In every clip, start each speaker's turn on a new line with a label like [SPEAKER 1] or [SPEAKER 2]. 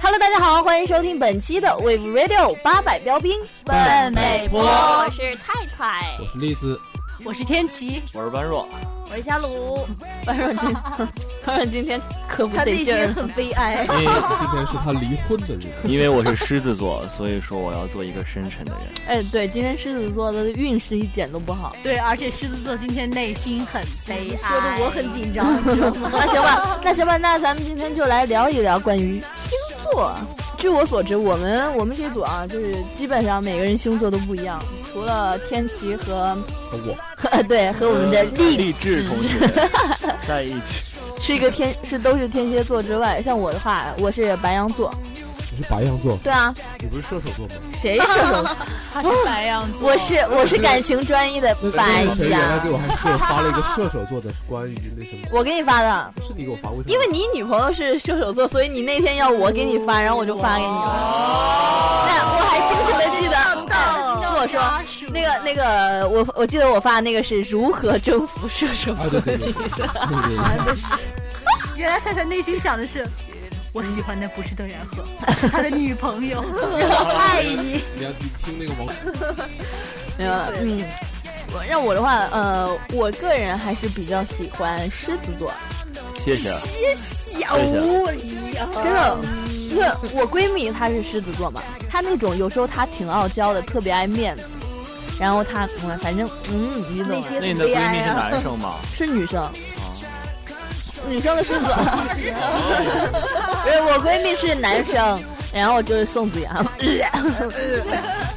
[SPEAKER 1] Hello，大家好，欢迎收听本期的 Wave Radio 八百标兵
[SPEAKER 2] 奔
[SPEAKER 1] 美
[SPEAKER 2] 波
[SPEAKER 1] 我是菜菜，
[SPEAKER 3] 我是栗子，
[SPEAKER 2] 我是天琪，
[SPEAKER 4] 我是般若，
[SPEAKER 5] 我是 小鲁，
[SPEAKER 1] 班长今班长今天可不
[SPEAKER 5] 他内
[SPEAKER 1] 得劲
[SPEAKER 5] 心
[SPEAKER 1] 儿，
[SPEAKER 5] 很悲哀。
[SPEAKER 4] 因为
[SPEAKER 3] 今天是他离婚的日子。
[SPEAKER 4] 因为我是狮子座，所以说我要做一个深沉的人。
[SPEAKER 1] 哎，对，今天狮子座的运势一点都不好，
[SPEAKER 2] 对，而且狮子座今天内心很悲哀，
[SPEAKER 5] 说的我很紧张，你知道吗？
[SPEAKER 1] 那行吧， 那行吧，那咱们今天就来聊一聊关于星座。据我所知，我们我们这组啊，就是基本上每个人星座都不一样，除了天琪和
[SPEAKER 3] 我
[SPEAKER 1] 对和我们的
[SPEAKER 5] 嗯
[SPEAKER 1] 丽
[SPEAKER 4] 嗯励志同 学在一起，
[SPEAKER 1] 是一个天是都是天蝎座之外，像我的话，我是白羊座。
[SPEAKER 3] 你是白羊座，
[SPEAKER 1] 对啊，
[SPEAKER 3] 你不是射手座吗？
[SPEAKER 1] 谁 射手？
[SPEAKER 2] 他是白羊座，
[SPEAKER 1] 我是我是感情专一的
[SPEAKER 3] 那
[SPEAKER 1] 白
[SPEAKER 3] 那个谁原来给 我
[SPEAKER 1] 羊。
[SPEAKER 3] 还给我发了一个射手座的关于那什么，
[SPEAKER 1] 我给你发的，
[SPEAKER 3] 是你给我发为什么？
[SPEAKER 1] 因为你女朋友是射手座，所以你那天要我给你发，然后我就发给你了。那我还清楚的记得，
[SPEAKER 2] 哦
[SPEAKER 1] 哎听我说，那个那个，我我记得我发的那个是如何征服射手
[SPEAKER 3] 啊
[SPEAKER 1] 座
[SPEAKER 3] 对对对，对对对
[SPEAKER 2] 原来菜菜内心想的是，我喜欢的不是邓元 和，是他的女朋友，
[SPEAKER 3] 爱你。你要你听那个王，
[SPEAKER 1] 没有了。嗯，我让我的话，呃，我个人还是比较喜欢狮子座，
[SPEAKER 4] 谢谢。
[SPEAKER 2] 小无理啊！
[SPEAKER 1] 真的。
[SPEAKER 5] 嗯
[SPEAKER 1] 因为我闺蜜她是狮子座嘛，她那种有时候她挺傲娇的，特别爱面子。然后她，嗯反正，嗯，你懂
[SPEAKER 5] 内
[SPEAKER 1] 的，
[SPEAKER 5] 心
[SPEAKER 4] 那你
[SPEAKER 5] 很
[SPEAKER 4] 的
[SPEAKER 5] 悲
[SPEAKER 4] 闺蜜
[SPEAKER 5] 哀
[SPEAKER 4] 是
[SPEAKER 5] 啊。哦
[SPEAKER 4] 男生吗？
[SPEAKER 1] 是女生，
[SPEAKER 4] 啊，
[SPEAKER 1] 女生的狮子座。
[SPEAKER 5] 哦
[SPEAKER 1] 不是，我闺蜜是男生，然后就是宋子阳。
[SPEAKER 4] 行了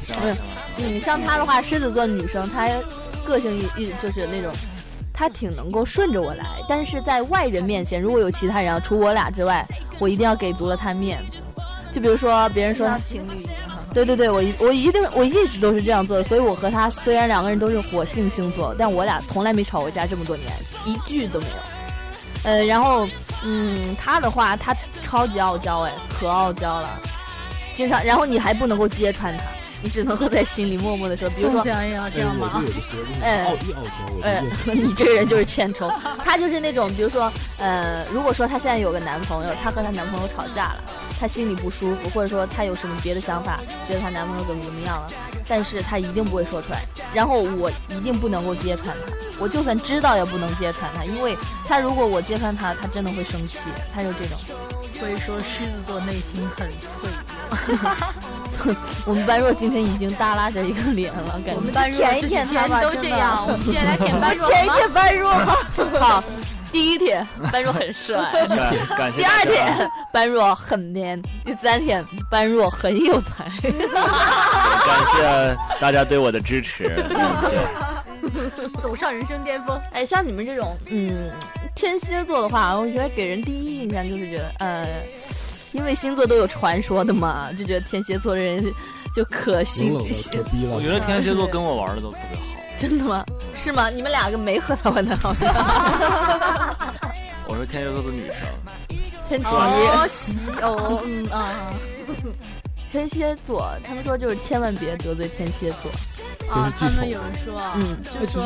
[SPEAKER 4] 行了，
[SPEAKER 1] 嗯，像她的话，狮子座女生，她个性一一就是那种，她挺能够顺着我来，但是在外人面前，如果有其他人啊，除我俩之外，我一定要给足了她面子。就比如说别人说，
[SPEAKER 5] 当情侣，
[SPEAKER 1] 对对对，我一我一定我一直都是这样做的，所以我和她虽然两个人都是火性星座，但我俩从来没吵过架，这么多年一句都没有。呃，然后嗯，她的话，她超级傲娇哎，可傲娇了，经常，然后你还不能够揭穿她，你只能够在心里默默的说，比如说
[SPEAKER 2] 宋。江也要
[SPEAKER 3] 哎
[SPEAKER 2] 这样
[SPEAKER 3] 我
[SPEAKER 2] 吗
[SPEAKER 3] 就？有个时候就是
[SPEAKER 1] 哎
[SPEAKER 3] 傲一傲娇，我就
[SPEAKER 1] 呃
[SPEAKER 3] 厌，
[SPEAKER 1] 你这个人就是欠抽。她就是那种，比如说，呃，如果说她现在有个男朋友，她和她男朋友吵架了，她心里不舒服，或者说她有什么别的想法，觉得她男朋友怎么怎么样了，但是她一定不会说出来。然后我一定不能够揭穿她，我就算知道也不能揭穿她，因为她如果我揭穿她，她真的会生气。她就这种。
[SPEAKER 2] 所以说狮子座内心很脆弱，
[SPEAKER 1] 我们般若今天已经耷拉着一个脸了，感
[SPEAKER 5] 我
[SPEAKER 1] 觉
[SPEAKER 5] 们就舔一舔他吧，
[SPEAKER 2] 都
[SPEAKER 5] 真
[SPEAKER 2] 这
[SPEAKER 5] 的
[SPEAKER 2] 样。我们现在来舔般若
[SPEAKER 5] 舔一舔般若吧。
[SPEAKER 1] 好。第一天，般若很帅。
[SPEAKER 4] 感感谢
[SPEAKER 1] 第二
[SPEAKER 4] 大家
[SPEAKER 1] 天， 般若很 man；第三天，般若很有才。
[SPEAKER 4] 感谢大家对我的支持。 嗯对，
[SPEAKER 2] 走上人生巅峰，
[SPEAKER 1] 哎，像你们这种，嗯，天蝎座的话，我觉得给人第一印象就是觉得，呃，因为星座都有传说的嘛，就觉得天蝎座的人就可
[SPEAKER 3] 冷
[SPEAKER 1] 信
[SPEAKER 3] 冷的可逼了。哎
[SPEAKER 4] 我觉得天蝎座跟我玩的都特别好。
[SPEAKER 1] 真的吗？是吗？你们两个没和他玩的好，
[SPEAKER 4] 我是天蝎座的女生，
[SPEAKER 1] 天蝎、
[SPEAKER 5] 哦，喜哦，嗯啊
[SPEAKER 1] 天蝎座，他们说就是千万别得罪天蝎座。
[SPEAKER 2] 啊！
[SPEAKER 3] 这
[SPEAKER 2] 他
[SPEAKER 3] 是记仇
[SPEAKER 2] 们有人说，
[SPEAKER 1] 嗯，
[SPEAKER 3] 哎，
[SPEAKER 2] 就
[SPEAKER 3] 其实
[SPEAKER 2] 说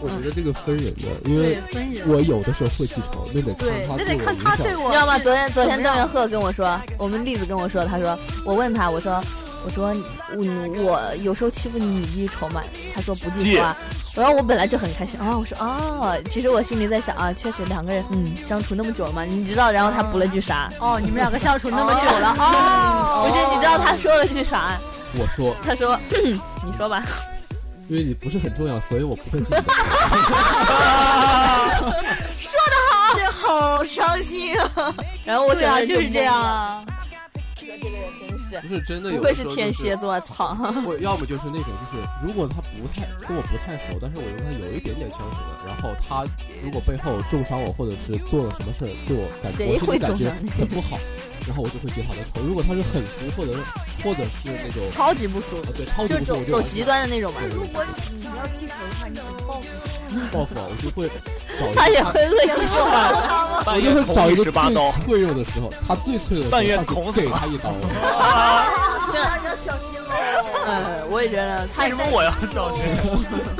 [SPEAKER 3] 我我觉得这个分人的，因
[SPEAKER 2] 对
[SPEAKER 3] 为
[SPEAKER 2] 分人，
[SPEAKER 3] 我有的时候会记仇，那得看
[SPEAKER 2] 对
[SPEAKER 3] 他，
[SPEAKER 2] 那
[SPEAKER 3] 对
[SPEAKER 2] 得
[SPEAKER 3] 我
[SPEAKER 2] 看
[SPEAKER 3] 影
[SPEAKER 2] 他
[SPEAKER 3] 响。
[SPEAKER 2] 对我
[SPEAKER 1] 你知道吗？
[SPEAKER 2] 是
[SPEAKER 1] 昨天昨
[SPEAKER 2] 怎
[SPEAKER 1] 天
[SPEAKER 2] 么
[SPEAKER 1] 邓
[SPEAKER 2] 样
[SPEAKER 1] 元鹤跟我 说，我们栗子跟我说，他说我问他，我说我说嗯，我有时候欺负你，你记仇吗？他说不记仇啊。然后我本来就很开心啊，我说啊，其实我心里在想啊，确实两个人嗯相处那么久了嘛，你知道，然后他补了句啥？
[SPEAKER 2] 哦，你们两个相处那么久了
[SPEAKER 1] 不
[SPEAKER 2] 哦，
[SPEAKER 1] 是，你知道他说了句啥？
[SPEAKER 3] 我说，
[SPEAKER 1] 他说 你说吧。
[SPEAKER 3] 因为你不是很重要，所以我不会记仇。
[SPEAKER 4] 啊
[SPEAKER 2] 哦
[SPEAKER 1] 这好伤心啊！ 然后我
[SPEAKER 2] 对
[SPEAKER 1] 整个
[SPEAKER 2] 啊，
[SPEAKER 1] 人
[SPEAKER 2] 就是这样
[SPEAKER 1] 懵了，
[SPEAKER 2] 啊。
[SPEAKER 1] 这个人真是。
[SPEAKER 3] 不是真的，
[SPEAKER 1] 不
[SPEAKER 3] 有
[SPEAKER 1] 愧
[SPEAKER 3] 的
[SPEAKER 1] 是
[SPEAKER 3] 时候
[SPEAKER 1] 天
[SPEAKER 3] 就是
[SPEAKER 1] 蝎座，操！
[SPEAKER 3] 我要么就是那种，就是如果他不太跟我不太熟，但是我跟他有一点点相熟的，然后他如果背后重伤我，或者是做了什么事儿对我感觉
[SPEAKER 1] 谁
[SPEAKER 3] 我心
[SPEAKER 1] 会
[SPEAKER 3] 里感觉
[SPEAKER 1] 重伤你
[SPEAKER 3] 很不好，然后我就会结他的仇。如果他是很熟，或者是或者是那种
[SPEAKER 1] 超级不舒
[SPEAKER 3] 啊
[SPEAKER 1] 服，
[SPEAKER 3] 对超级
[SPEAKER 1] 就
[SPEAKER 3] 不
[SPEAKER 1] 走
[SPEAKER 3] 熟，我就
[SPEAKER 1] 走
[SPEAKER 3] 完全
[SPEAKER 1] 极端的那种嘛。
[SPEAKER 3] 对
[SPEAKER 5] 如果你要记仇的话，你怎么报复？
[SPEAKER 3] 报复啊，我就会找一
[SPEAKER 1] 他也
[SPEAKER 3] 个
[SPEAKER 1] 会恶意做吧？
[SPEAKER 3] 我
[SPEAKER 4] 半
[SPEAKER 3] 就会
[SPEAKER 4] 月
[SPEAKER 3] 找
[SPEAKER 4] 捅
[SPEAKER 3] 一个
[SPEAKER 4] 十八刀
[SPEAKER 3] 最，脆弱的时候，他最脆弱的时候，
[SPEAKER 4] 半月
[SPEAKER 3] 他 就
[SPEAKER 4] 捅死
[SPEAKER 3] 给
[SPEAKER 4] 他
[SPEAKER 3] 他一刀。
[SPEAKER 5] 那你要小心喽。
[SPEAKER 1] 嗯，我也觉得他
[SPEAKER 4] 为什么我要上去？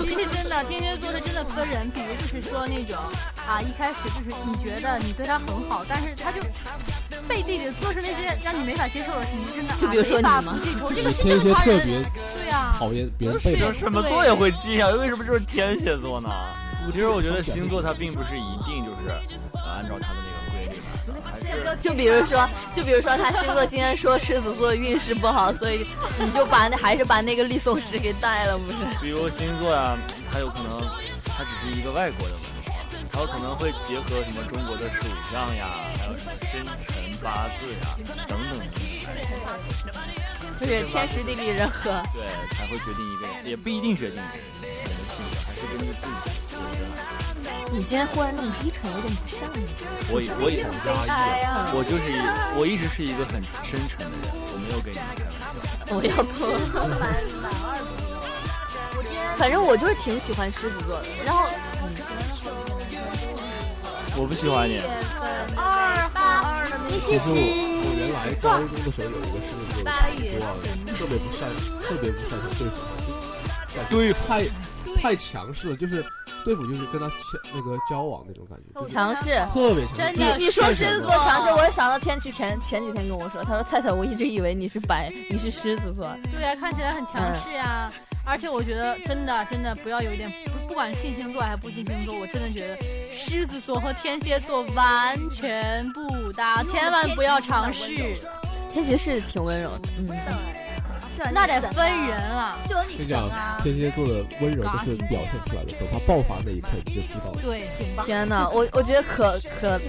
[SPEAKER 2] 其实真的，天蝎座是真的分人，比如就是说那种啊，一开始就是你觉得你对他很好，但是他就背地里做出那些让你没法接受的事情，真的、啊、
[SPEAKER 1] 就比如说
[SPEAKER 2] 没法
[SPEAKER 1] 你吗
[SPEAKER 2] 不记仇，这个是
[SPEAKER 3] 天蝎
[SPEAKER 2] 正常
[SPEAKER 3] 特
[SPEAKER 2] 人，
[SPEAKER 3] 别
[SPEAKER 2] 对呀、啊，
[SPEAKER 3] 讨厌别人背
[SPEAKER 4] 你
[SPEAKER 3] 着
[SPEAKER 4] 说什么座也会这样，为什么就是天蝎座呢？其实我觉得星座它并不是一定就是呃按照它的那个规律来的，还是
[SPEAKER 1] 就比如说，就比如说他星座今天说狮子座运势不好，所以你就把那还是把那个立宋石给带了，不是？
[SPEAKER 4] 比如星座呀、它有可能它只是一个外国的文化，它有可能会结合什么中国的属相呀，还有什么生辰八字呀等等的，
[SPEAKER 1] 就是天时地利人和。
[SPEAKER 4] 对，才会决定一个人，也不一定决定一个人的性格，还是根据自己有关。
[SPEAKER 1] 你今天忽然那么低沉，有点不像你。
[SPEAKER 4] 我也我也很压抑，
[SPEAKER 5] 哎呀，
[SPEAKER 4] 我就是一我一直是一个很深沉的人，我没有跟你们开玩笑。
[SPEAKER 1] 我要哭了。
[SPEAKER 5] 满满二十多。我之前
[SPEAKER 1] 反正我就是挺喜欢狮子座的，然后
[SPEAKER 4] 我不喜欢你，
[SPEAKER 5] 二和二的
[SPEAKER 3] 其实我我原来高中的时候有一个狮子座的朋友，特别不善，特别不擅长对付，就感觉太太强势了，就是对付就是跟他强那个交往那种感觉，就是
[SPEAKER 1] 强势。
[SPEAKER 3] 特别强势。
[SPEAKER 2] 真
[SPEAKER 1] 你
[SPEAKER 2] 的
[SPEAKER 1] 你说狮子座强
[SPEAKER 2] 哦
[SPEAKER 1] 势，我也想到天琪前前几天跟我说，他说菜菜，我一直以为你是白，你是狮子座，
[SPEAKER 2] 对呀、看起来很强
[SPEAKER 1] 嗯
[SPEAKER 2] 势呀、而且我觉得真的真的不要有一点不不管信星座还是不信星座，我真的觉得狮子座和天蝎座完全不搭，千万不要尝试，
[SPEAKER 1] 天琪是挺温柔的，嗯，
[SPEAKER 2] 那得分人啊。
[SPEAKER 5] 就你
[SPEAKER 3] 跟你讲
[SPEAKER 5] 行啊，，
[SPEAKER 3] 天蝎座的温柔就是表现出来的，等他爆发那一刻你就知道了。
[SPEAKER 2] 对，行吧，
[SPEAKER 1] 天哪，我我觉得可可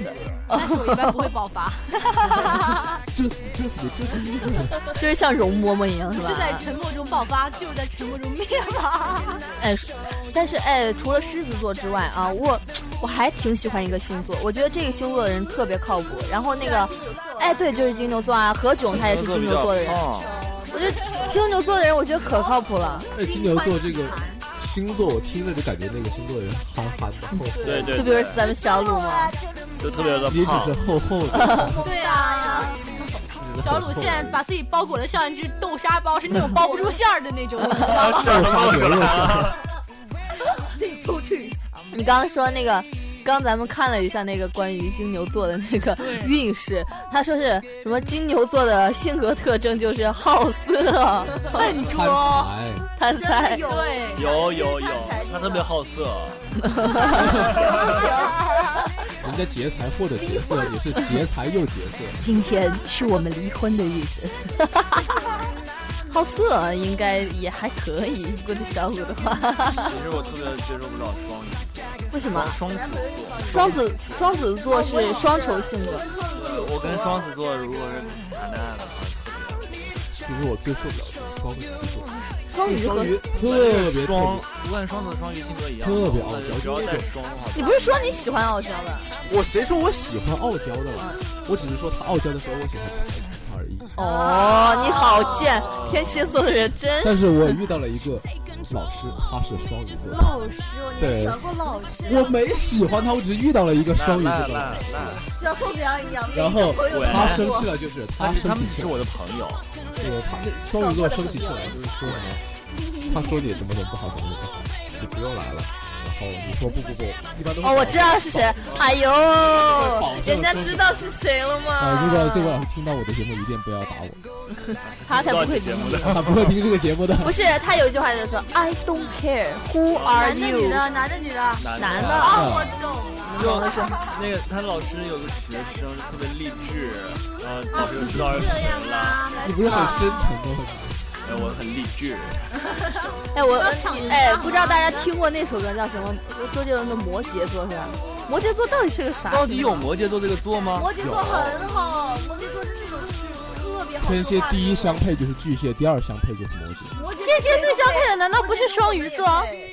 [SPEAKER 2] 但是我一般不会爆发，
[SPEAKER 3] 致死你，致死你，致死你！
[SPEAKER 1] 就是像容嬷嬷一 样，是
[SPEAKER 2] 是
[SPEAKER 1] 吧？
[SPEAKER 2] 在沉默中爆发，就是在沉默中灭亡。
[SPEAKER 1] 哎，是但是哎，除了狮子座之外啊，我我还挺喜欢一个星座，我觉得这个星座的人特别靠谱。然后那
[SPEAKER 2] 啊
[SPEAKER 1] 个，哎，对，就是金牛座啊，何炅他也是金牛座的人，
[SPEAKER 4] 哦，
[SPEAKER 1] 我觉得金牛座的人我觉得可靠谱了，
[SPEAKER 3] 哎，金牛座这个星座，我听着就感觉那个星座人憨憨的、厚厚的，
[SPEAKER 4] 对对，
[SPEAKER 1] 就比如
[SPEAKER 4] 对
[SPEAKER 1] 咱们小鲁嘛，
[SPEAKER 4] 就特别的
[SPEAKER 3] 也只
[SPEAKER 4] 胖
[SPEAKER 3] 是，厚厚的。
[SPEAKER 2] 对啊，小鲁现在把自己包裹的像一只豆沙包，是那种包不住馅儿的那种。
[SPEAKER 4] 他什
[SPEAKER 3] 发
[SPEAKER 4] 么
[SPEAKER 3] 觉了
[SPEAKER 5] 进出去，
[SPEAKER 1] 你刚刚说那个。刚咱们看了一下那个关于金牛座的那个运势，他说是什么金牛座的性格特征就是好 色、
[SPEAKER 2] 笨
[SPEAKER 3] 贪
[SPEAKER 2] 拙，
[SPEAKER 3] 财，
[SPEAKER 1] 贪
[SPEAKER 5] 真的
[SPEAKER 1] 财，
[SPEAKER 5] 有
[SPEAKER 2] 对，
[SPEAKER 4] 有有有
[SPEAKER 5] 看起来，
[SPEAKER 4] 他特别好色，
[SPEAKER 3] 人家劫财或者劫色，也是劫财又劫色。
[SPEAKER 1] 今天是我们离婚的日子。好色应该也还可以，估计小五的话，
[SPEAKER 4] 其实我特别接受不了双鱼
[SPEAKER 1] 为什么？
[SPEAKER 4] 双子座，
[SPEAKER 1] 双子双子
[SPEAKER 5] 哦
[SPEAKER 1] 座是双
[SPEAKER 5] 啊
[SPEAKER 1] 重性格，
[SPEAKER 4] 对我跟双子座如果是谈恋爱的话，
[SPEAKER 3] 其实我最受不了的是双鱼座，
[SPEAKER 1] 双鱼和
[SPEAKER 3] 双鱼特别
[SPEAKER 4] 双
[SPEAKER 3] 特，
[SPEAKER 4] 我感觉双子双鱼性格一样，
[SPEAKER 3] 特别傲娇
[SPEAKER 4] 只要带双的话，
[SPEAKER 1] 你不是说你喜欢傲娇吗？
[SPEAKER 3] 别我谁说我喜欢傲娇的了？我只是说他傲娇的时候，我喜欢他而已。
[SPEAKER 5] 啊
[SPEAKER 1] 哦，你好贱，天蝎座的人真
[SPEAKER 3] 但是我遇到了一个老师，他是双鱼座的，
[SPEAKER 5] 老师，我你喜欢过老师，
[SPEAKER 3] 我没喜欢他，我只是遇到了一个双鱼座
[SPEAKER 4] 那
[SPEAKER 3] 的老
[SPEAKER 4] 那
[SPEAKER 3] 师。
[SPEAKER 4] 那
[SPEAKER 5] 就像宋子阳一样，
[SPEAKER 3] 然后
[SPEAKER 5] 每
[SPEAKER 4] 对
[SPEAKER 5] 个朋友都
[SPEAKER 3] 他
[SPEAKER 5] 说
[SPEAKER 3] 生气了，就是他
[SPEAKER 4] 那
[SPEAKER 3] 生
[SPEAKER 4] 他们
[SPEAKER 3] 气
[SPEAKER 4] 只
[SPEAKER 3] 起
[SPEAKER 4] 是
[SPEAKER 3] 来，
[SPEAKER 4] 我的朋友，
[SPEAKER 3] 对他那双鱼座生起气来就是说什么？他说你怎么怎么不好，怎么怎么不好，你不用来了。然后你说不不不，一般都是
[SPEAKER 1] 哦，我知道是谁。哎呦，人家知道是谁了
[SPEAKER 3] 啊，如果这位
[SPEAKER 1] 吗？
[SPEAKER 3] 老师听到我的节目，一定不要打我，
[SPEAKER 1] 他才不
[SPEAKER 4] 到
[SPEAKER 1] 会
[SPEAKER 4] 你
[SPEAKER 1] 理
[SPEAKER 4] 节目
[SPEAKER 1] 你。
[SPEAKER 4] 的。
[SPEAKER 3] 他不会听这个节目 的。
[SPEAKER 1] 不是，他有一句话就是说 I don't care who are
[SPEAKER 2] 男的女
[SPEAKER 1] you。
[SPEAKER 2] 的，男的女的。
[SPEAKER 1] 男的
[SPEAKER 3] 啊
[SPEAKER 2] 我懂了，
[SPEAKER 4] 就那个他老师有个学生特别励志，然后老师就知道是
[SPEAKER 5] 这
[SPEAKER 4] 谁
[SPEAKER 5] 样
[SPEAKER 4] 了，
[SPEAKER 5] 啊，
[SPEAKER 3] 你不是很深沉吗？
[SPEAKER 4] 哎，我很励志，
[SPEAKER 1] 哎，我
[SPEAKER 5] 要抢银
[SPEAKER 1] 哎，
[SPEAKER 5] 行
[SPEAKER 1] 不知道大家听过那首歌叫什么？周杰伦的《摩羯座》是吧？摩羯座到底是个啥？
[SPEAKER 4] 到底有摩羯座这个座吗？
[SPEAKER 5] 摩羯座很好，摩羯座是那种就是特别好。
[SPEAKER 3] 天蝎第一相，配就是巨蟹，第二相配就是摩羯。
[SPEAKER 5] 摩羯
[SPEAKER 2] 天蝎最相配的难道不是双鱼座？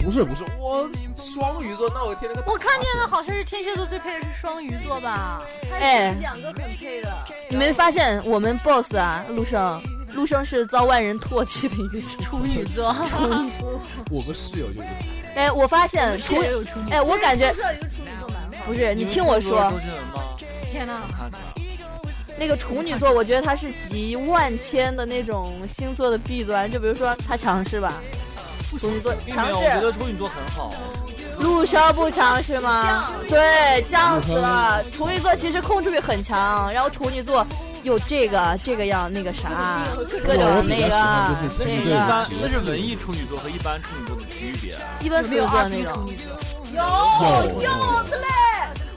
[SPEAKER 3] 不是不是，我双鱼座，那我天天跟
[SPEAKER 2] 我看见的好像是天蝎座最配的是双鱼座吧？
[SPEAKER 1] 哎
[SPEAKER 5] 哎，两个很配的，
[SPEAKER 1] 你没发现我们 boss 啊，陆生，陆生是遭万人唾弃的一个人。
[SPEAKER 2] 处女座，
[SPEAKER 3] 我们室友就是
[SPEAKER 1] 哎，我发现
[SPEAKER 2] 是
[SPEAKER 1] 除
[SPEAKER 2] 也有处女。
[SPEAKER 1] 哎，我感觉
[SPEAKER 5] 宿舍有一个处女座蛮好
[SPEAKER 1] 不是，你听我说
[SPEAKER 4] 周，杰伦吗？
[SPEAKER 2] 天哪，
[SPEAKER 4] 看看，啊
[SPEAKER 1] 那个处女座，我觉得它是集万千的那种星座的弊端，就比如说它强势吧，处女座
[SPEAKER 4] 并没
[SPEAKER 1] 强
[SPEAKER 4] 有，我觉
[SPEAKER 1] 势，
[SPEAKER 4] 得处女座很好，
[SPEAKER 1] 陆骁不强势吗？对，这样子了。处女座其实控制欲很强，然后处女座有这个这个样那个啥，各
[SPEAKER 3] 我
[SPEAKER 1] 种
[SPEAKER 3] 比
[SPEAKER 1] 那
[SPEAKER 3] 较喜欢
[SPEAKER 1] 个那个，
[SPEAKER 3] 就是处女座有几个
[SPEAKER 4] 一般那是文艺处女座和一般处女座的区别。啊
[SPEAKER 1] 一般处女座那种。
[SPEAKER 5] 有
[SPEAKER 3] 有
[SPEAKER 5] 有的嘞！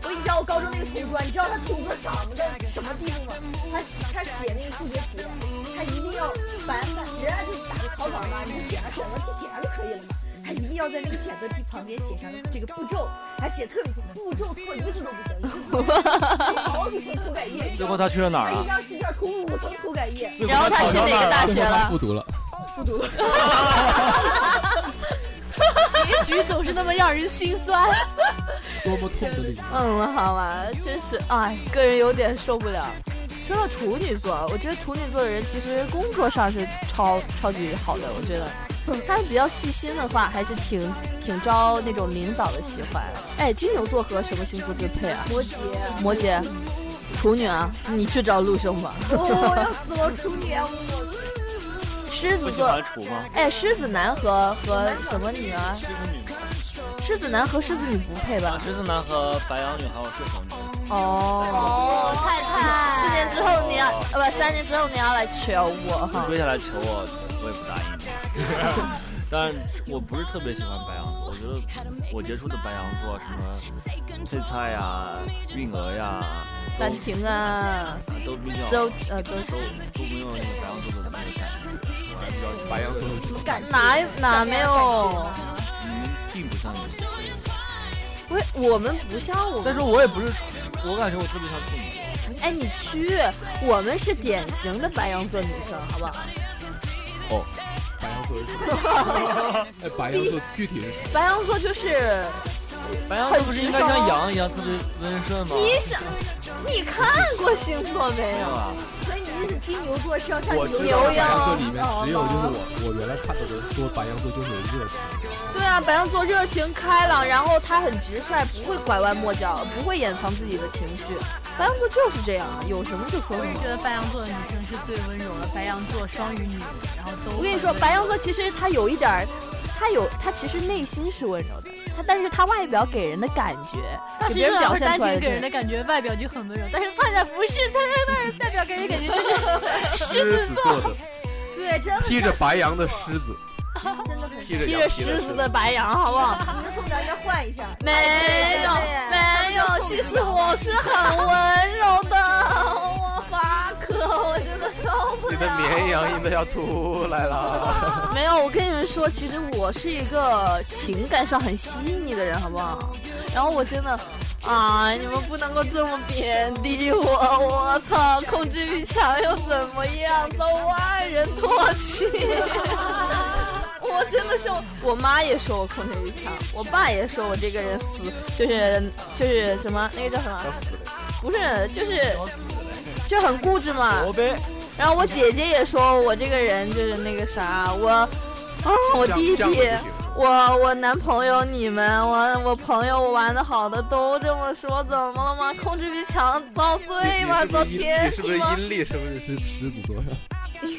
[SPEAKER 5] 我跟你讲，我高中那个同桌，你知道他处女座什么的什么地步吗？他他写那个数学题，他一定要反反，人家就打个草稿嘛，你就写上选择题，写上就可以了嘛。他一定要在那个选择题旁边写上这个步骤，还写得特别清，步骤错一个字都不行，一个字都不行好几层涂改液。
[SPEAKER 4] 最后他去了哪儿啊
[SPEAKER 5] 他一
[SPEAKER 4] 了？
[SPEAKER 5] 张试卷涂五层涂改液，
[SPEAKER 4] 最
[SPEAKER 1] 然后他
[SPEAKER 4] 考
[SPEAKER 1] 去
[SPEAKER 4] 上
[SPEAKER 1] 哪个大
[SPEAKER 4] 儿了？
[SPEAKER 1] 学了
[SPEAKER 3] 不？读了，
[SPEAKER 5] 不读了。
[SPEAKER 2] 结局总是那么让人心酸。
[SPEAKER 3] 多么痛的那个。
[SPEAKER 1] 嗯，好吧，真是哎，个人有点受不了。说到处女座，我觉得处女座的人其实工作上是超超级好的，我觉得。他比较细心的话，还是挺挺招那种领导的喜欢。哎，金牛座和什么星座最配啊？
[SPEAKER 5] 摩羯，
[SPEAKER 1] 摩羯、处女啊，你去找陆兄 吧。
[SPEAKER 5] 我要死了，处女，我
[SPEAKER 1] 狮
[SPEAKER 4] 不
[SPEAKER 1] 子
[SPEAKER 4] 喜
[SPEAKER 1] 座
[SPEAKER 4] 欢，处吗？
[SPEAKER 1] 哎，狮子男和和什么女啊？
[SPEAKER 4] 狮子女吗
[SPEAKER 1] 狮子男和狮子女不配
[SPEAKER 4] 啊，
[SPEAKER 1] 吧？
[SPEAKER 4] 狮子男和白羊女还有射手女，
[SPEAKER 1] 哦，太太，四年之后你要，呃，不，三年之后你要来求我哈。
[SPEAKER 4] 追下来求我，我也不答应。但我不是特别喜欢白羊座，我觉得我接触的白羊座什么翠菜呀、韵娥呀，都
[SPEAKER 1] 兰亭啊，
[SPEAKER 4] 都比较
[SPEAKER 1] 周呃周
[SPEAKER 4] 都都没有那个白羊座的那个感觉，我还比较喜欢
[SPEAKER 3] 白羊座的
[SPEAKER 5] 什么感觉？
[SPEAKER 1] 哪哪没有？
[SPEAKER 4] 你们并不像你们。
[SPEAKER 1] 不是我们不像我们
[SPEAKER 4] 但是，我也不是处，我感觉我特别像处女座。
[SPEAKER 1] 哎，你去，我们是典型的白羊座女生，好不好？
[SPEAKER 4] 哦，
[SPEAKER 3] 白羊座是什么？哎，白羊座具体是什么？
[SPEAKER 1] 白羊座就是，
[SPEAKER 4] 白羊座不是应该像羊一样特别温顺吗？
[SPEAKER 1] 你想，你看过星座没
[SPEAKER 4] 没有
[SPEAKER 1] 有？
[SPEAKER 4] 啊，
[SPEAKER 5] 所以你意思金牛座是要像
[SPEAKER 3] 我
[SPEAKER 5] 牛
[SPEAKER 3] 知
[SPEAKER 5] 一
[SPEAKER 3] 道
[SPEAKER 1] 牛
[SPEAKER 3] 白
[SPEAKER 1] 羊
[SPEAKER 3] 羊座里面只有就是我，我原来看到的说白羊座就是有热情，
[SPEAKER 1] 对啊，白羊座热情开朗，然后他很直率，不会拐弯抹角，不会掩藏自己的情绪。白羊座就是这样，啊有什么就说
[SPEAKER 2] 我
[SPEAKER 1] 什
[SPEAKER 2] 也
[SPEAKER 1] 么
[SPEAKER 2] 觉。得白羊座的女生是最温柔的，白羊座、双鱼女，然后都很温柔。
[SPEAKER 1] 我跟你说，白羊座其实他有一点儿，他有他其实内心是温柔的，他但是他外表给人的感觉，
[SPEAKER 2] 那
[SPEAKER 1] 给
[SPEAKER 2] 是
[SPEAKER 1] 别人表现
[SPEAKER 2] 单
[SPEAKER 1] 出来
[SPEAKER 2] 纯给人
[SPEAKER 1] 是
[SPEAKER 2] 的感觉，外表就很温柔，但是菜菜不是，菜菜外外表给人感觉就是
[SPEAKER 6] 狮子座的，
[SPEAKER 5] 对，真的
[SPEAKER 6] 披着白羊的狮子，
[SPEAKER 5] 真的很。
[SPEAKER 6] 披着
[SPEAKER 1] 披
[SPEAKER 6] 羊
[SPEAKER 1] 着
[SPEAKER 6] 皮的
[SPEAKER 1] 狮
[SPEAKER 6] 狮
[SPEAKER 1] 子的白羊，好不 好？
[SPEAKER 5] 哦你们宋佳应该换一下，
[SPEAKER 1] 哎没有，没有，其实我是很温柔的，我发哥，我真的受不
[SPEAKER 6] 你的
[SPEAKER 1] 了。
[SPEAKER 6] 绵羊音都要出来了。
[SPEAKER 1] 没有，我跟你们说，其实我是一个情感上很细腻的人，好不好？然后我真的，啊，你们不能够这么贬低我，我操，控制欲强又怎么样？遭万人唾弃。 我真的是，我妈也说我控制欲强，我爸也说我这个人死，就是就是什么那个叫什么？不是，就是就很固执嘛。
[SPEAKER 4] 我呗。
[SPEAKER 1] 然后我姐姐也说我这个人就是那个啥，我啊，我弟弟
[SPEAKER 6] 这样这样，
[SPEAKER 1] 我我男朋友，你们，我我朋友，我玩的好的都这么说，怎么了吗？控制欲强遭罪吗？遭
[SPEAKER 6] 你
[SPEAKER 1] 天
[SPEAKER 6] 你是不是
[SPEAKER 1] 梯吗？
[SPEAKER 6] 阴历？是不是
[SPEAKER 3] 是狮子座呀。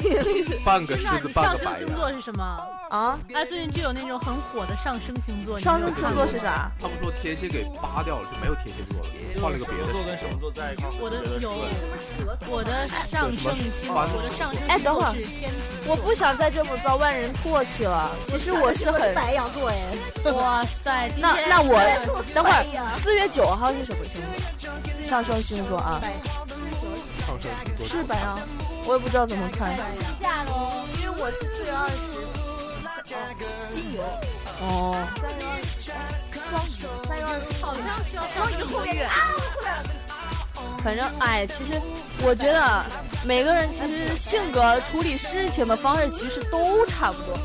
[SPEAKER 6] 半个狮
[SPEAKER 2] 那
[SPEAKER 6] 子
[SPEAKER 2] 你
[SPEAKER 6] 半
[SPEAKER 2] 上
[SPEAKER 6] 个
[SPEAKER 2] 升
[SPEAKER 6] 白
[SPEAKER 2] 星座
[SPEAKER 6] 羊？
[SPEAKER 2] 是什么？
[SPEAKER 1] 啊，
[SPEAKER 2] 哎，最近就有那种很火的上升星座，你
[SPEAKER 1] 上
[SPEAKER 2] 没有
[SPEAKER 1] 升
[SPEAKER 2] 看
[SPEAKER 1] 星座是啥？
[SPEAKER 6] 他们说天蝎给扒掉了，就没有天蝎座了，换了个别
[SPEAKER 4] 什么座
[SPEAKER 6] 的。
[SPEAKER 4] 跟什么座在一块儿，
[SPEAKER 2] 我的
[SPEAKER 4] 觉得
[SPEAKER 2] 有
[SPEAKER 4] 是
[SPEAKER 5] 什么蛇座？
[SPEAKER 2] 我的上升星座，我的上升
[SPEAKER 1] 哎
[SPEAKER 2] 星
[SPEAKER 1] 等会
[SPEAKER 2] 座
[SPEAKER 1] 儿
[SPEAKER 2] 是天
[SPEAKER 1] 我不想再这么遭万人唾弃了。其实我是 很……
[SPEAKER 5] 白羊座哎，
[SPEAKER 2] 平。哇塞，今
[SPEAKER 1] 那
[SPEAKER 2] 天
[SPEAKER 1] 那我
[SPEAKER 5] 白羊
[SPEAKER 1] 等会
[SPEAKER 5] 白
[SPEAKER 1] 儿
[SPEAKER 5] 呀
[SPEAKER 1] 四月九号是什么星座？上升星座啊，
[SPEAKER 6] 上升星座
[SPEAKER 1] 是白羊，我也不知道怎么看。
[SPEAKER 5] 下喽，因为我是四月二十，金牛，
[SPEAKER 1] 哦，
[SPEAKER 5] 三月二十，双鱼，三月二十号，
[SPEAKER 2] 好像需要
[SPEAKER 5] 双
[SPEAKER 2] 上
[SPEAKER 5] 鱼
[SPEAKER 2] 升
[SPEAKER 5] 后
[SPEAKER 2] 后
[SPEAKER 5] 面
[SPEAKER 2] 月
[SPEAKER 5] 啊，，后面
[SPEAKER 1] 反正哎，其实我觉得每个人其实性格处理事情的方式其实都差不多。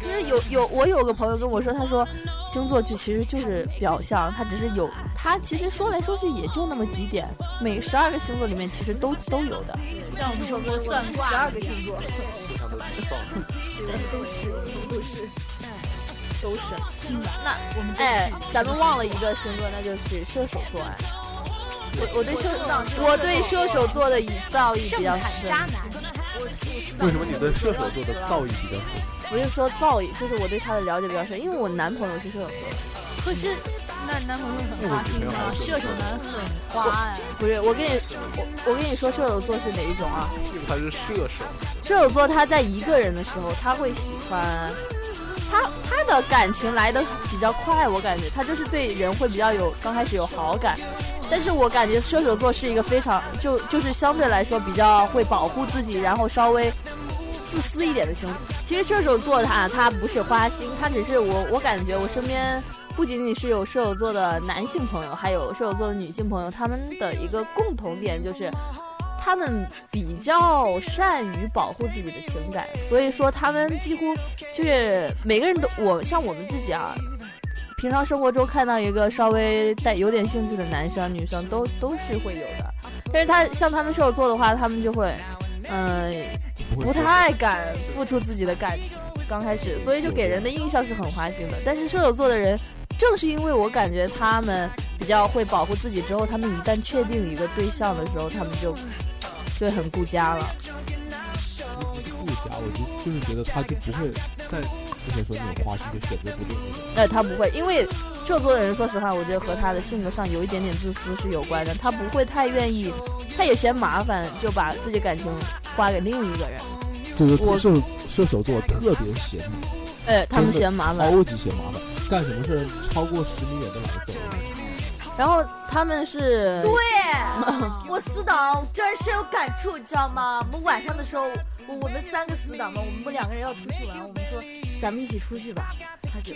[SPEAKER 1] 就是有有我有个朋友跟我说，他说星座剧其实就是表象，它只是有它其实说来说去也就那么几点，每十二个星座里面其实都都有的。
[SPEAKER 2] 像我们中国算
[SPEAKER 5] 是
[SPEAKER 2] 卦
[SPEAKER 5] 十二
[SPEAKER 1] 哎
[SPEAKER 5] 个星座，
[SPEAKER 1] 都是。
[SPEAKER 2] 那我们
[SPEAKER 1] 哎，咱们忘了一个星座，那就是射手座哎。我我对射
[SPEAKER 5] 我知道
[SPEAKER 1] 我对射手座的造诣比较
[SPEAKER 2] 产
[SPEAKER 1] 深
[SPEAKER 2] 渣，男，
[SPEAKER 5] 我是
[SPEAKER 3] 为什么你对射手座的造诣比较深？
[SPEAKER 1] 不是说造诣，就是我对他的了解比较深，因为我男朋友是射手座。
[SPEAKER 2] 可是那男朋友很花心啊，射手男很花呀。
[SPEAKER 1] 不是，我跟你我我跟你说射手座是哪一种啊？
[SPEAKER 6] 因为他是射手，
[SPEAKER 1] 射手座他在一个人的时候，他会喜欢，他他的感情来的比较快，我感觉他就是对人会比较有刚开始有好感，但是我感觉射手座是一个非常就就是相对来说比较会保护自己，然后稍微自私一点的星座。其实射手座他他不是花心，他只是我我感觉我身边。不仅仅是有射手座的男性朋友，还有射手座的女性朋友，他们的一个共同点就是，他们比较善于保护自己的情感，所以说他们几乎就是每个人都我像我们自己啊，平常生活中看到一个稍微带有点兴趣的男生女生都都是会有的，但是他像他们射手座的话，他们就会，嗯、
[SPEAKER 3] 会
[SPEAKER 1] 不太敢付出自己的感情，刚开始，所以就给人的印象是很花心的。但是射手座的人，正是因为我感觉他们比较会保护自己，之后他们一旦确定一个对象的时候，他们就就会很顾家了。
[SPEAKER 3] 你不假，我就就是觉得他就不会在之前说那种花心就选择不对那种。
[SPEAKER 1] 哎，他不会，因为射手座的人，说实话，我觉得和他的性格上有一点点自私是有关的。他不会太愿意，他也嫌麻烦，就把自己感情花给另一个人。
[SPEAKER 3] 就是
[SPEAKER 1] 我
[SPEAKER 3] 射手射手座特别嫌麻
[SPEAKER 1] 哎，他们
[SPEAKER 3] 真的
[SPEAKER 1] 嫌麻
[SPEAKER 3] 烦，
[SPEAKER 1] 烦。
[SPEAKER 3] 超级嫌麻烦，干什么事儿超过十米远都懒得走。
[SPEAKER 1] 然后他们是
[SPEAKER 5] 对，啊我死党真深有感触，你知道吗？我们晚上的时候，我我们三个死党嘛，我们两个人要出去玩，我们说咱们一起出去吧，他就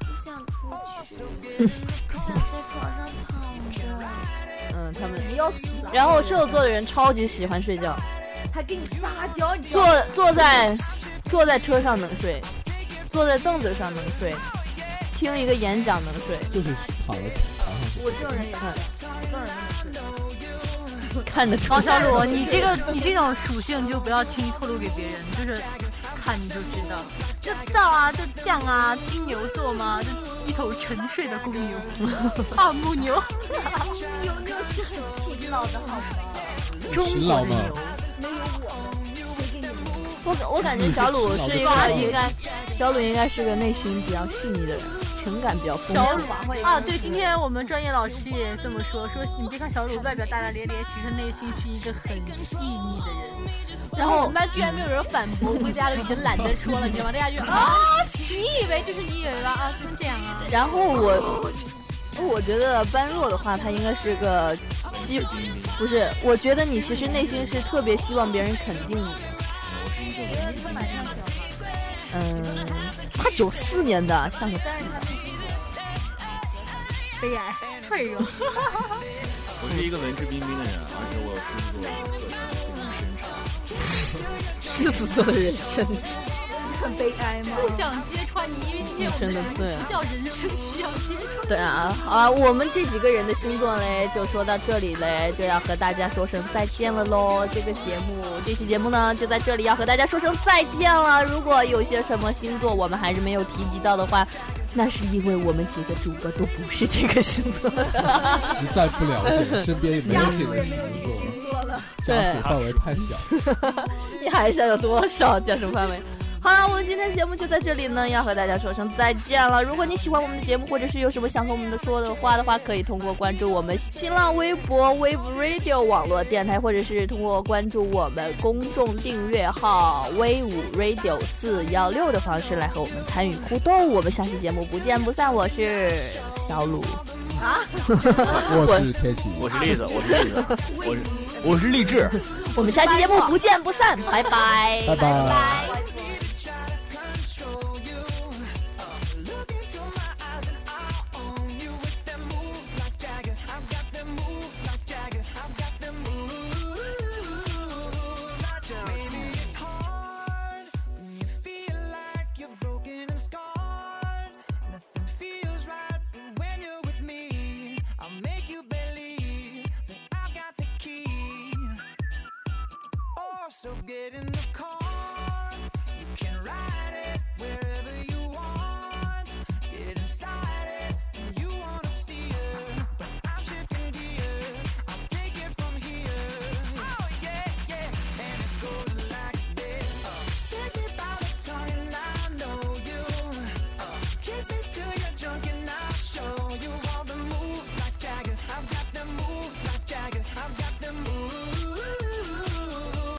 [SPEAKER 5] 不想出去，不想在床上躺着，
[SPEAKER 1] 嗯，他们。
[SPEAKER 5] 你要死啊！
[SPEAKER 1] 然后射手座的人超级喜欢睡觉，
[SPEAKER 5] 还给你撒娇，你知道
[SPEAKER 1] 坐
[SPEAKER 5] 吗？
[SPEAKER 1] 坐在坐在车上能睡，坐在凳子上能睡，听一个演讲能 睡，
[SPEAKER 3] 就是躺在床上
[SPEAKER 5] 我这种人也是，我这种人也是。
[SPEAKER 1] 看得出
[SPEAKER 2] 王
[SPEAKER 1] 来
[SPEAKER 2] 小 鲁，你这个你这种属性就不要轻易透露给别人，就是看你就知道，就造啊，就犟啊，金牛座嘛，就一头沉睡的公 牛，啊母牛，
[SPEAKER 5] 牛牛是很勤劳的，好吗？
[SPEAKER 2] 中
[SPEAKER 3] 勤
[SPEAKER 2] 国
[SPEAKER 3] 劳
[SPEAKER 2] 的
[SPEAKER 3] 吗？
[SPEAKER 2] 牛，
[SPEAKER 5] 没有我们，谁给你们？
[SPEAKER 1] 我感我感觉小鲁是一
[SPEAKER 3] 你是
[SPEAKER 1] 个
[SPEAKER 3] 吃
[SPEAKER 1] 应该，小鲁应该是个内心比较细腻的人，情感比较丰
[SPEAKER 2] 小
[SPEAKER 1] 富。
[SPEAKER 2] 鲁啊，对，今天我们专业老师也这么说，说你别看小鲁外表大大咧咧，其实内心是一个很细腻的人。然后我们班哦居然没有人反驳，回家都已经懒得说了，你知道吗？大家就啊，你以为就是你以为吧啊，就是这样啊。
[SPEAKER 1] 嗯然后我，我觉得般若的话，他应该是个希，不是，我觉得你其实内心是特别希望别人肯定你的。
[SPEAKER 4] 我是一个文
[SPEAKER 5] 他蛮上小孩，
[SPEAKER 1] 嗯，他九四年的，像个
[SPEAKER 5] 但是他自己
[SPEAKER 2] 悲哀、脆弱。
[SPEAKER 4] 我是一个文质彬彬的人，而且我有狮子座的特质，就是身
[SPEAKER 1] 狮子
[SPEAKER 4] 长。
[SPEAKER 1] 座的人生。
[SPEAKER 5] 很悲哀嘛。
[SPEAKER 2] 不想揭穿你，因为今天我们的人不叫人生需要揭穿。
[SPEAKER 1] 对啊，好啊，我们这几个人的星座嘞，就说到这里嘞，就要和大家说声再见了喽。这个节目，这期节目呢，就在这里要和大家说声再见了。如果有些什么星座我们还是没有提及到的话，那是因为我们几个主播都不是这个星座的。
[SPEAKER 3] 实在不了解，身边也没有
[SPEAKER 5] 家
[SPEAKER 3] 这
[SPEAKER 5] 属
[SPEAKER 3] 个
[SPEAKER 5] 也
[SPEAKER 3] 狮
[SPEAKER 5] 没有
[SPEAKER 3] 子
[SPEAKER 5] 这个
[SPEAKER 3] 座，
[SPEAKER 5] 星座了，
[SPEAKER 3] 家属范围太小。
[SPEAKER 1] 你还想有多少加什么范围？ 好了，我们今天的节目就在这里呢，要和大家说声再见了。如果你喜欢我们的节目，或者是有什么想和我们的说的话的话，可以通过关注我们新浪微博 Wave Radio 网络电台，或者是通过关注我们公众订阅号威武 Radio 四幺六的方式来和我们参与互动。我们下期节目不见不散。我是小鲁，
[SPEAKER 3] 我是天启，
[SPEAKER 4] 我是栗子，我是栗子，我是我是励志。
[SPEAKER 1] 我们下期节目不见不散，拜拜。
[SPEAKER 3] 拜拜。
[SPEAKER 7] so good.